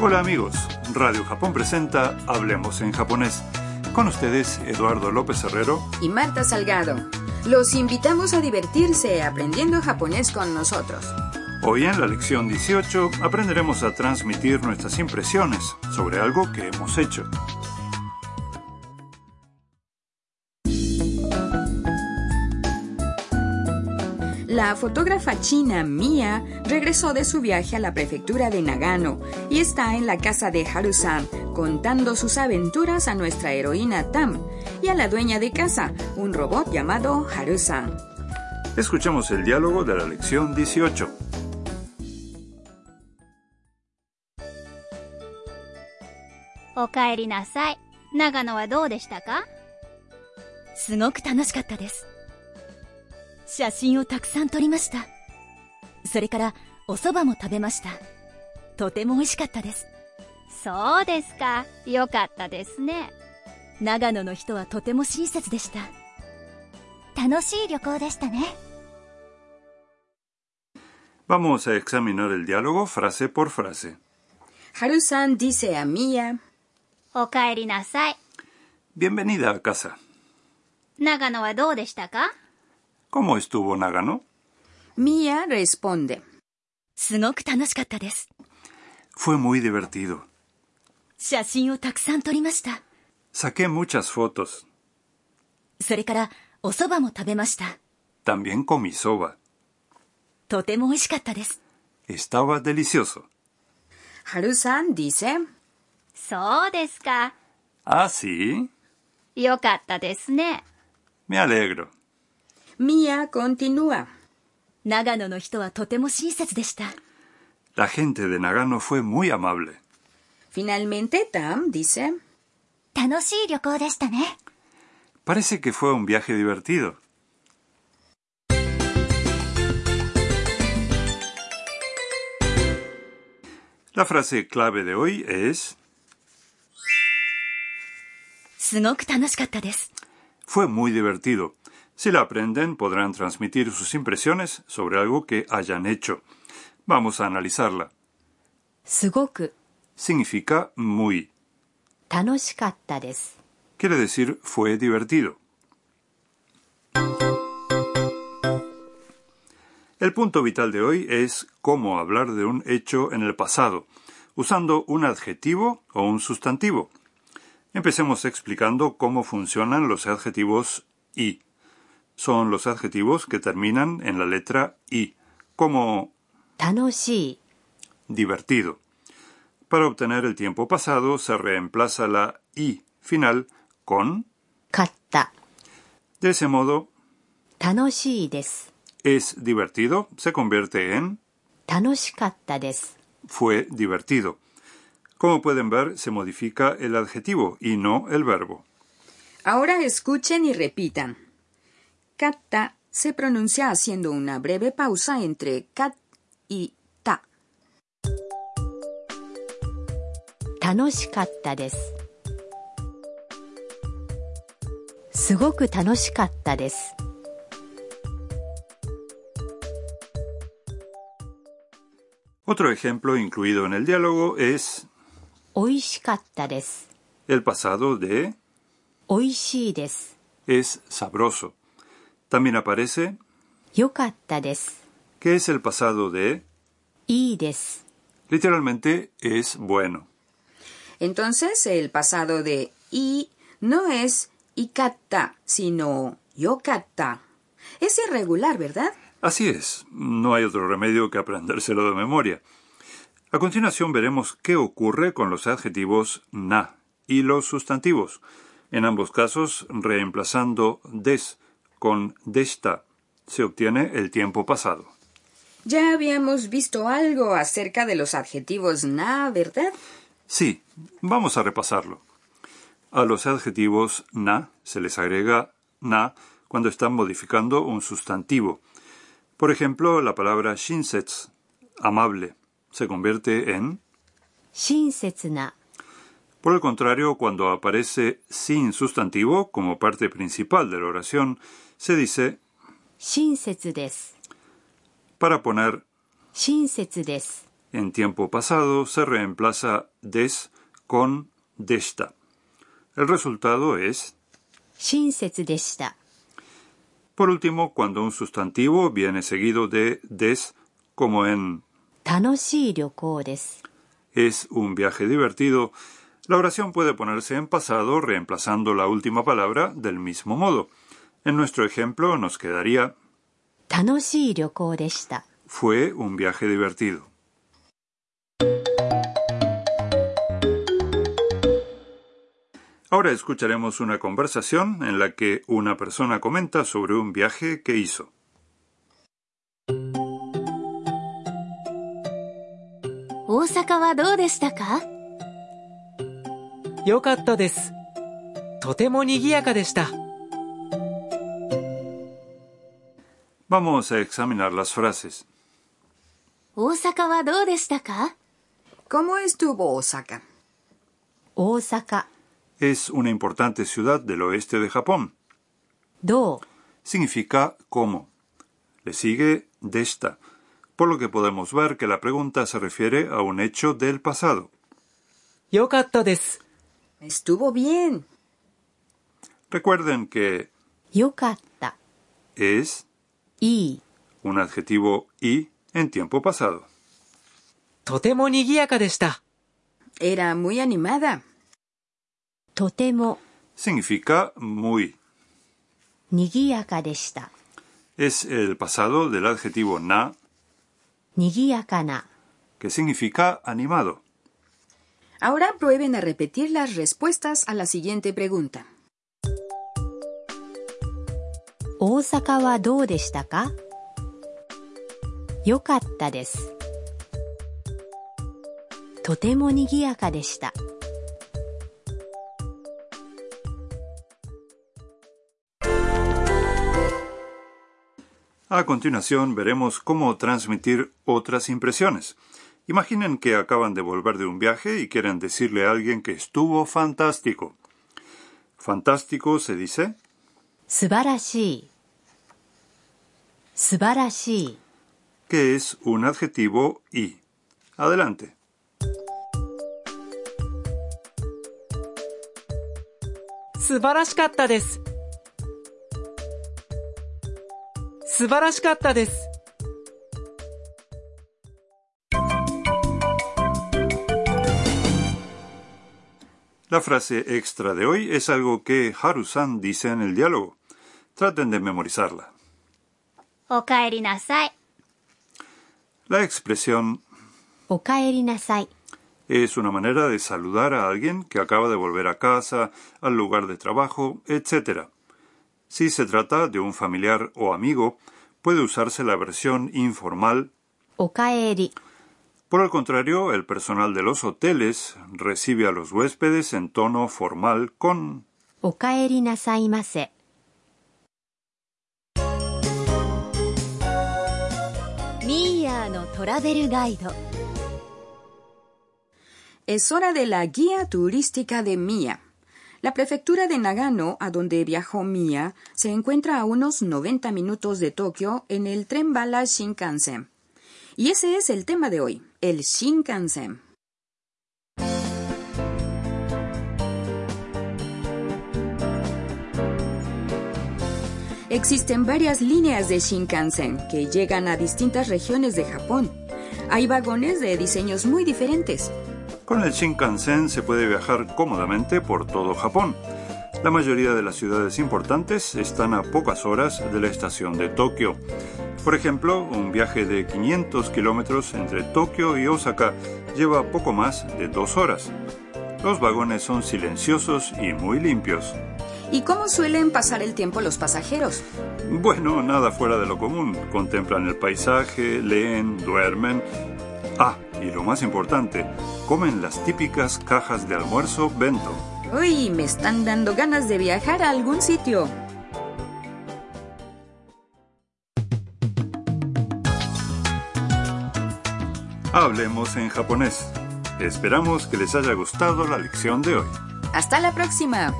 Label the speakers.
Speaker 1: Hola amigos, Radio Japón presenta Hablemos en japonés. Con ustedes Eduardo López Herrero
Speaker 2: y Marta Salgado. Los invitamos a divertirse aprendiendo japonés con nosotros.
Speaker 1: Hoy en la lección 18 aprenderemos a transmitir nuestras impresiones sobre algo que hemos hecho.
Speaker 2: La fotógrafa china Mia regresó de su viaje a la prefectura de Nagano y está en la casa de Harusan contando sus aventuras a nuestra heroína Tam y a la dueña de casa, un robot llamado Harusan.
Speaker 1: Escuchemos el diálogo de la lección 18.
Speaker 3: おかえりなさい長野はどうでしたか
Speaker 4: すごく楽しかったです写真をたくさん撮りましたそれからお蕎麦も食べましたとても美味しかったです
Speaker 3: そうですかよかったですね
Speaker 4: 長野の人はとても親切でした
Speaker 3: 楽しい旅行でしたね
Speaker 1: Vamos a examinar el diálogo frase por frase.
Speaker 2: Harusan dice a Mia,
Speaker 3: おかえりなさい
Speaker 1: Bienvenida a casa.
Speaker 3: 長野はどうでしたか
Speaker 1: ¿Cómo estuvo Nagano?
Speaker 2: Mia responde.
Speaker 4: すごく楽しかったです
Speaker 1: Fue muy divertido.
Speaker 4: 写真をたくさん撮りました
Speaker 1: Saqué muchas fotos.
Speaker 4: それからお蕎麦も食べました
Speaker 1: También comí soba.
Speaker 4: とても美味しかったです
Speaker 1: Estaba delicioso.
Speaker 2: Harusan dice,
Speaker 3: そうですか
Speaker 1: ¿Ah, sí?
Speaker 3: よかったですね
Speaker 1: Me alegro.
Speaker 2: Mia continúa.
Speaker 4: 長野の人はとても親切でした
Speaker 1: La gente de Nagano fue muy amable.
Speaker 2: Finalmente Tam dice,
Speaker 3: 楽しい旅行でしたね
Speaker 1: Parece que fue un viaje divertido. La frase clave de hoy es
Speaker 4: すごく楽しかったです
Speaker 1: fue muy divertido. Si la aprenden, podrán transmitir sus impresiones sobre algo que hayan hecho. Vamos a analizarla.
Speaker 4: すごく
Speaker 1: Significa muy.
Speaker 4: 楽しかったです
Speaker 1: Quiere decir fue divertido. El punto vital de hoy es cómo hablar de un hecho en el pasado, usando un adjetivo o un sustantivo. Empecemos explicando cómo funcionan los adjetivos y. Son los adjetivos que terminan en la letra i, como
Speaker 4: 楽しい
Speaker 1: divertido. Para obtener el tiempo pasado se reemplaza la i final con
Speaker 4: かった
Speaker 1: de ese modo
Speaker 4: 楽しいです
Speaker 1: es divertido se convierte en
Speaker 4: 楽しかったです
Speaker 1: fue divertido. Como pueden ver, se modifica el adjetivo y no el verbo.
Speaker 2: Ahora escuchen y repitan. Kata se pronuncia haciendo una breve pausa entre kat y ta.
Speaker 4: 楽しかったですすごく楽しかったです
Speaker 1: Otro ejemplo incluido en el diálogo es
Speaker 4: 美味しかったです
Speaker 1: el pasado de
Speaker 4: 美味しいです
Speaker 1: es sabroso. También aparece
Speaker 4: 良かったです
Speaker 1: que es el pasado de
Speaker 4: いいです
Speaker 1: literalmente es bueno.
Speaker 2: Entonces, el pasado de i no es ikata, sino yokata. Es irregular, ¿verdad?
Speaker 1: Así es, no hay otro remedio que aprendérselo de memoria. A continuación veremos qué ocurre con los adjetivos na y los sustantivos, en ambos casos reemplazando des con desta se obtiene el tiempo pasado.
Speaker 2: Ya habíamos visto algo acerca de los adjetivos na, ¿verdad?
Speaker 1: Sí, vamos a repasarlo. A los adjetivos na se les agrega na cuando están modificando un sustantivo. Por ejemplo, la palabra shinsets, amable, se convierte en
Speaker 4: 親切な
Speaker 1: Por el contrario, cuando aparece sin sustantivo como parte principal de la oración, se dice
Speaker 4: 親切です
Speaker 1: para poner
Speaker 4: 親切です
Speaker 1: En tiempo pasado se reemplaza des con desta. El resultado es
Speaker 5: 親切でした。
Speaker 1: Por último, cuando un sustantivo viene seguido de des, como en
Speaker 5: 楽しい旅行です。
Speaker 1: es un viaje divertido, la oración puede ponerse en pasado reemplazando la última palabra del mismo modo. En nuestro ejemplo nos quedaría
Speaker 5: 楽しい旅行でした。
Speaker 1: fue un viaje divertido. Ahora escucharemos una conversación en la que una persona comenta sobre un viaje que hizo.
Speaker 4: 大阪はどうでしたか
Speaker 6: よかったです。とても賑やかでした。
Speaker 1: Vamos a examinar las frases.
Speaker 4: 大阪はどうでしたか
Speaker 2: ¿Cómo estuvo Osaka?
Speaker 5: 大阪、
Speaker 1: Es una importante ciudad del oeste de Japón.
Speaker 5: どう
Speaker 1: significa cómo. Le sigue desta, por lo que podemos ver que la pregunta se refiere a un hecho del pasado.
Speaker 6: よかったです。
Speaker 2: Estuvo bien.
Speaker 1: Recuerden que
Speaker 5: よかった、
Speaker 1: es
Speaker 5: いい、
Speaker 1: un adjetivo y en tiempo pasado.
Speaker 6: とても賑やかでした。
Speaker 2: Era muy animada.
Speaker 5: とても、
Speaker 1: Significa muy.
Speaker 5: 賑やかでした。
Speaker 1: Es el pasado del adjetivo na,
Speaker 5: 賑やかな、
Speaker 1: que significa animado.
Speaker 2: Ahora prueben a repetir las respuestas a la siguiente pregunta.
Speaker 5: 大阪はどうでしたかよかったです。とても賑やかでした。
Speaker 1: A continuación veremos cómo transmitir otras impresiones. Imaginen que acaban de volver de un viaje y quieren decirle a alguien que estuvo fantástico. Fantástico se dice
Speaker 5: 素晴らしい。素晴らしい。
Speaker 1: que es un adjetivo y. Adelante.
Speaker 6: 素晴らしかったです。素晴らしかったです。
Speaker 1: La frase extra de hoy es algo que Harusan dice en el diálogo. Traten de memorizarla.
Speaker 3: おかえりなさい。
Speaker 1: La expresión
Speaker 5: おかえりなさい。
Speaker 1: es una manera de saludar a alguien que acaba de volver a casa, al lugar de trabajo, etc. Si se trata de un familiar o amigo, puede usarse la versión informal.
Speaker 5: おかえり。
Speaker 1: Por el contrario, el personal de los hoteles recibe a los huéspedes en tono formal con
Speaker 5: おかえりなさいませ。ミーヤーのトラベルガイド。
Speaker 2: Es hora de la guía turística de Mía. La prefectura de Nagano, a donde viajó Mía, se encuentra a unos 90 minutos de Tokio en el tren bala Shinkansen. Y ese es el tema de hoy, el Shinkansen. Existen varias líneas de Shinkansen que llegan a distintas regiones de Japón. Hay vagones de diseños muy diferentes.
Speaker 1: Con el Shinkansen se puede viajar cómodamente por todo Japón. La mayoría de las ciudades importantes están a pocas horas de la estación de Tokio. Por ejemplo, un viaje de 500 kilómetros entre Tokio y Osaka lleva poco más de dos horas. Los vagones son silenciosos y muy limpios.
Speaker 2: ¿Y cómo suelen pasar el tiempo los pasajeros?
Speaker 1: Bueno, nada fuera de lo común. Contemplan el paisaje, leen, duermen. Ah, y lo más importante, comen las típicas cajas de almuerzo bento.
Speaker 2: Uy, me están dando ganas de viajar a algún sitio.
Speaker 1: Hablemos en japonés. Esperamos que les haya gustado la lección de hoy.
Speaker 2: Hasta la próxima.